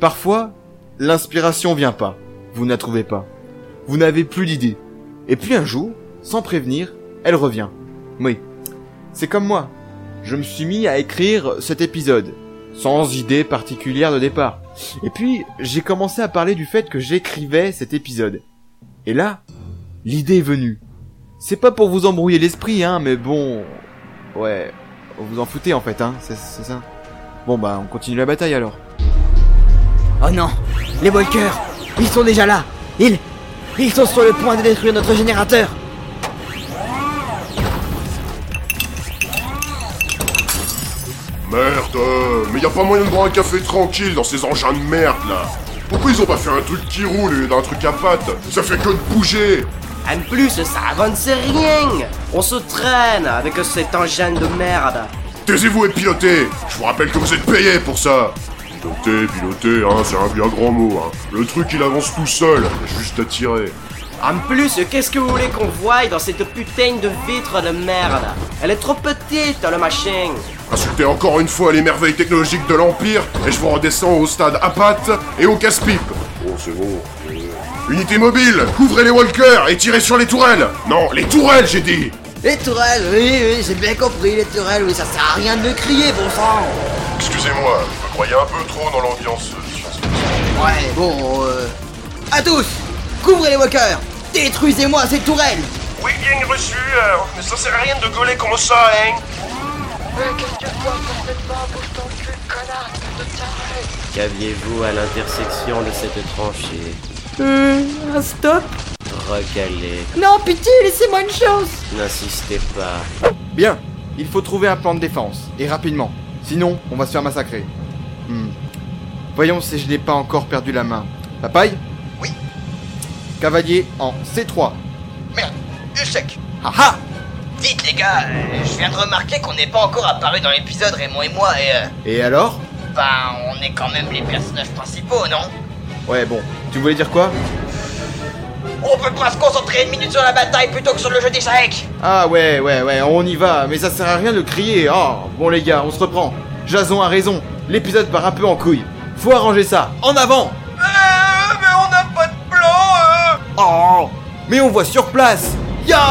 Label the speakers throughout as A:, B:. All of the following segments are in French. A: Parfois, l'inspiration vient pas. Vous ne la trouvez pas. Vous n'avez plus d'idée. Et puis un jour, sans prévenir, elle revient. Oui. C'est comme moi. Je me suis mis à écrire cet épisode. Sans idée particulière de départ. Et puis, j'ai commencé à parler du fait que j'écrivais cet épisode. Et là, l'idée est venue. C'est pas pour vous embrouiller l'esprit, hein, mais bon... Ouais, vous en foutez en fait, hein, c'est c'est ça. Bon bah, on continue la bataille alors.
B: Oh non Les Walkers Ils sont déjà là Ils... Ils sont sur le point de détruire notre générateur
C: Merde euh, Mais y a pas moyen de boire un café tranquille dans ces engins de merde là Pourquoi ils ont pas fait un truc qui roule et d'un truc à pattes Ça fait que de bouger
D: En plus, ça avance rien On se traîne avec cet engin de merde
C: Taisez-vous et pilotez Je vous rappelle que vous êtes payé pour ça Piloter, piloter, hein, c'est un bien grand mot, hein. Le truc il avance tout seul, il a juste à tirer.
D: En plus, qu'est-ce que vous voulez qu'on voie dans cette putain de vitre de merde Elle est trop petite, le machin
C: Insultez encore une fois les merveilles technologiques de l'Empire, et je vous redescends au stade Apathe et au casse-pipe. Bon, c'est bon. Unité mobile, couvrez les walkers et tirez sur les tourelles Non, les tourelles, j'ai dit
B: Les tourelles, oui, oui, j'ai bien compris, les tourelles, oui, ça sert à rien de me crier, bon sang
C: Excusez-moi, je me croyais un peu trop dans l'ambiance.
B: Ouais, bon, euh... À tous Couvrez les Walkers Détruisez-moi ces tourelles
E: Oui, bien reçu, euh, mais ça sert à rien de gueuler comme ça, hein
F: Calme-toi complètement, bouge ton cul, connard, de ta
G: Qu'aviez-vous à l'intersection de cette tranchée
H: Euh, un stop
G: Recalé,
H: Non, pitié, laissez-moi une chance
G: n'insistez pas.
A: Bien, il faut trouver un plan de défense, et rapidement. Sinon, on va se faire massacrer. Hmm. Voyons si je n'ai pas encore perdu la main. Papaye
E: Oui.
A: Cavalier en C3.
I: Merde, échec.
A: Ah ah
I: Vite les gars, euh, je viens de remarquer qu'on n'est pas encore apparu dans l'épisode Raymond et moi et euh,
A: Et alors
I: bah on est quand même les personnages principaux, non
A: Ouais, bon, tu voulais dire quoi
I: On peut pas se concentrer une minute sur la bataille plutôt que sur le jeu d'échecs.
A: Ah ouais, ouais, ouais, on y va, mais ça sert à rien de crier. Oh, bon les gars, on se reprend. Jason a raison, l'épisode part un peu en couille. Faut arranger ça, en avant
E: Euh, mais on n'a pas de plan, euh
A: Oh Mais on voit sur place Ya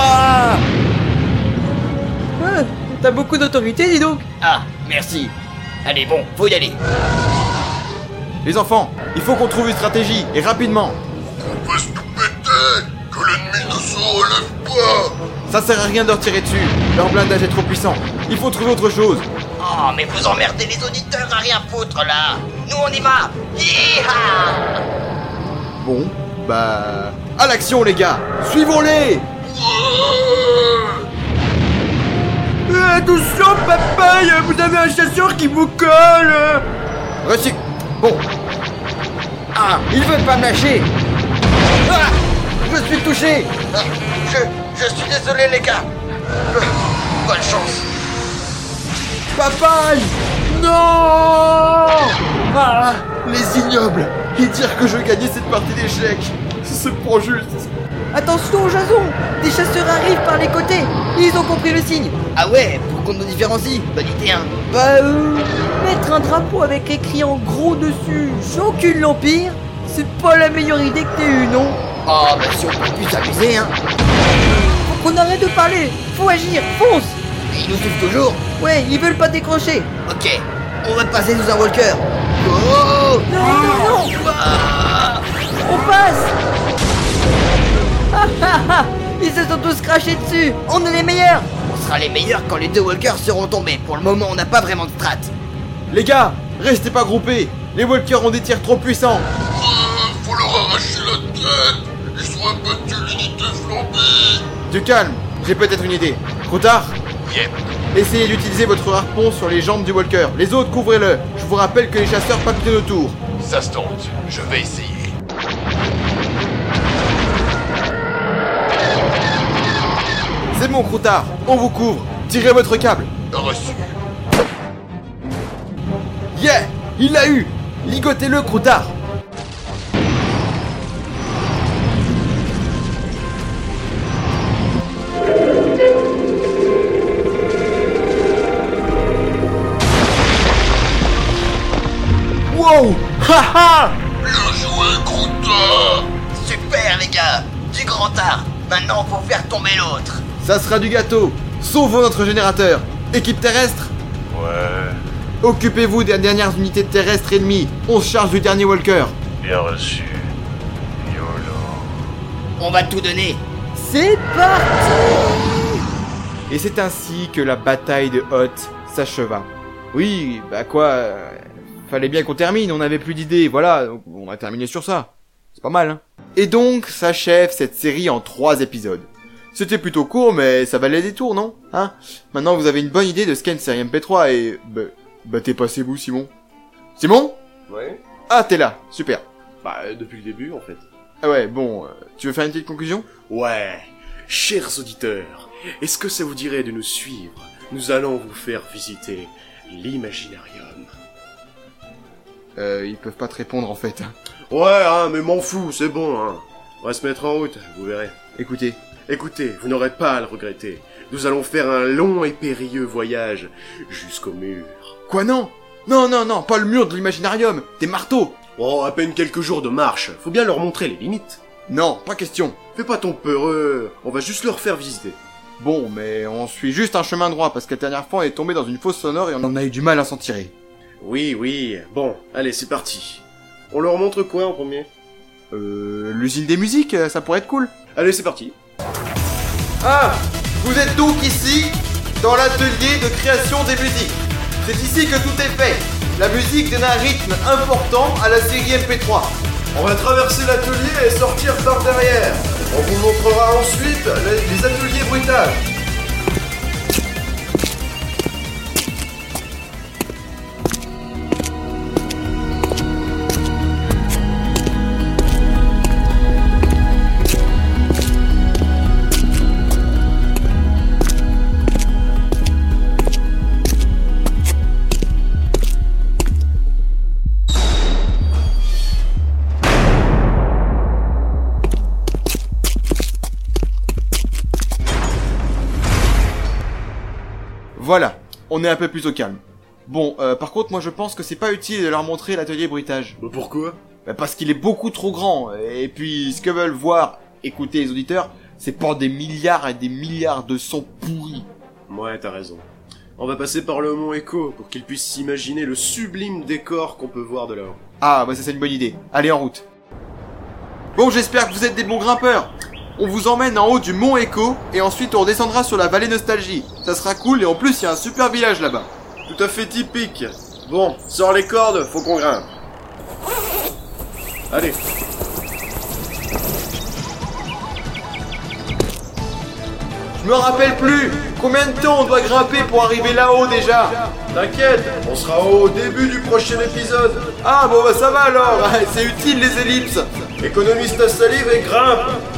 H: Ah, T'as beaucoup d'autorité, dis donc
I: Ah, merci. Allez bon, faut y aller.
A: Les enfants, il faut qu'on trouve une stratégie, et rapidement
C: On va se tout péter Que l'ennemi ne se relève pas
A: Ça sert à rien de leur tirer dessus, leur blindage est trop puissant. Il faut trouver autre chose.
I: Oh mais vous emmerdez les auditeurs à rien foutre là. Nous on y va. Yeeha
A: Bon, bah... À l'action les gars Suivons-les
H: Euh, Attention, papaye Vous avez un chasseur qui vous colle
A: Recyc... Bon. Ah, il veut pas me lâcher. Ah, je suis touché.
I: Ah, Je, je suis désolé les gars. Euh, Bonne chance.
A: Papaye Non Ah, les ignobles. Et dire que je gagnais cette partie d'échecs. C'est prend juste.
H: Attention, Jason Des chasseurs arrivent par les côtés Ils ont compris le signe
B: Ah ouais, pour qu'on nous différencie
I: Bonne idée hein.
H: Bah, euh... Mettre un drapeau avec écrit en gros dessus « J'encule l'Empire », c'est pas la meilleure idée que t'aies eue, non
B: Oh, bah si on peut plus s'amuser, hein
H: Faut qu'on arrête de parler Faut agir Fonce
B: Ils nous suivent toujours
H: Ouais, ils veulent pas décrocher
B: Ok, on va passer sous un Walker Go
H: Non, non, non On passe Ah ah ah Ils se sont tous crachés dessus On est les meilleurs
B: On sera les meilleurs quand les deux Walkers seront tombés. Pour le moment, on n'a pas vraiment de strat.
A: Les gars, restez pas groupés. Les walkers ont des tirs trop puissants.
C: Faut leur arracher la tête Ils sont un peu de l'unité flambée
A: Du calme. J'ai peut-être une idée. Trop tard
C: Yep.
A: Essayez d'utiliser votre harpon sur les jambes du walker. Les autres, couvrez-le. Je vous rappelle que les chasseurs papillonnent autour.
C: Ça se tente, je vais essayer.
A: C'est bon, Croutard, on vous couvre. Tirez votre câble.
C: Reçu.
A: Yeah Il l'a eu Ligotez-le, Croutard Wow Wow Haha
I: Super les gars Du grand art Maintenant faut faire tomber l'autre
A: Ça sera du gâteau Sauvons notre générateur Équipe terrestre
J: Ouais,
A: Occupez-vous des dernières unités terrestres ennemies On se charge du dernier Walker
J: bien reçu. YOLO.
I: On va tout donner
K: C'est parti
A: Et c'est ainsi que la bataille de Hoth s'acheva. Oui, bah quoi, euh, fallait bien qu'on termine, on n'avait plus d'idées, voilà, donc on a terminé sur ça. C'est pas mal, hein. Et donc s'achève cette série en trois épisodes. C'était plutôt court, mais ça valait des tours, non Hein Maintenant vous avez une bonne idée de ce qu'est une série MP3 et... Bah, bah t'es passé où, Simon Simon
C: Ouais.
A: Ah, t'es là, super.
C: Bah, euh, depuis le début, en fait.
A: Ah ouais, bon, euh, tu veux faire une petite conclusion
C: Ouais. Chers auditeurs, est-ce que ça vous dirait de nous suivre Nous allons vous faire visiter l'Imaginarium.
A: Euh, ils peuvent pas te répondre en fait.
C: Ouais, hein, mais m'en fous, c'est bon, hein. On va se mettre en route, vous verrez.
A: Écoutez,
C: Écoutez, vous n'aurez pas à le regretter. Nous allons faire un long et périlleux voyage jusqu'au mur.
A: Quoi non Non, non, non, pas le mur de l'imaginarium, des marteaux
C: Oh, à peine quelques jours de marche. Faut bien leur montrer les limites.
A: Non, pas question.
C: Fais pas ton peureux. On va juste leur faire visiter.
A: Bon, mais on suit juste un chemin droit parce que la dernière fois on est tombé dans une fosse sonore et on en a eu du mal à s'en tirer.
C: Oui, oui. Bon, allez, c'est parti. On leur montre quoi en premier
A: Euh, l'usine des musiques, euh, ça pourrait être cool.
C: Allez, c'est parti.
A: Ah Vous êtes donc ici, dans l'atelier de création des musiques. C'est ici que tout est fait. La musique donne un rythme important à la série MP3.
C: On va traverser l'atelier et sortir par derrière. On vous montrera ensuite les, ateliers bruitages.
A: Voilà, on est un peu plus au calme. Bon, euh, par contre, moi je pense que c'est pas utile de leur montrer l'atelier bruitage.
C: Pourquoi
A: Bah, parce qu'il est beaucoup trop grand. Et puis, ce que veulent voir, écouter les auditeurs, c'est pour des milliards et des milliards de sons pourris.
C: Ouais, t'as raison. On va passer par le mont Echo pour qu'ils puissent s'imaginer le sublime décor qu'on peut voir de là-haut.
A: Ah, bah ça c'est une bonne idée. Allez, en route. Bon, j'espère que vous êtes des bons grimpeurs. On vous emmène en haut du mont Echo et ensuite on descendra sur la vallée Nostalgie. Ça sera cool et en plus il y a un super village là-bas.
C: Tout à fait typique. Bon, sors les cordes, faut qu'on grimpe. Allez.
A: Je me rappelle plus Combien de temps on doit grimper pour arriver là-haut déjà
C: T'inquiète, on sera au début du prochain épisode.
A: Ah bon bah ça va alors C'est utile les ellipses
C: Économise ta salive et grimpe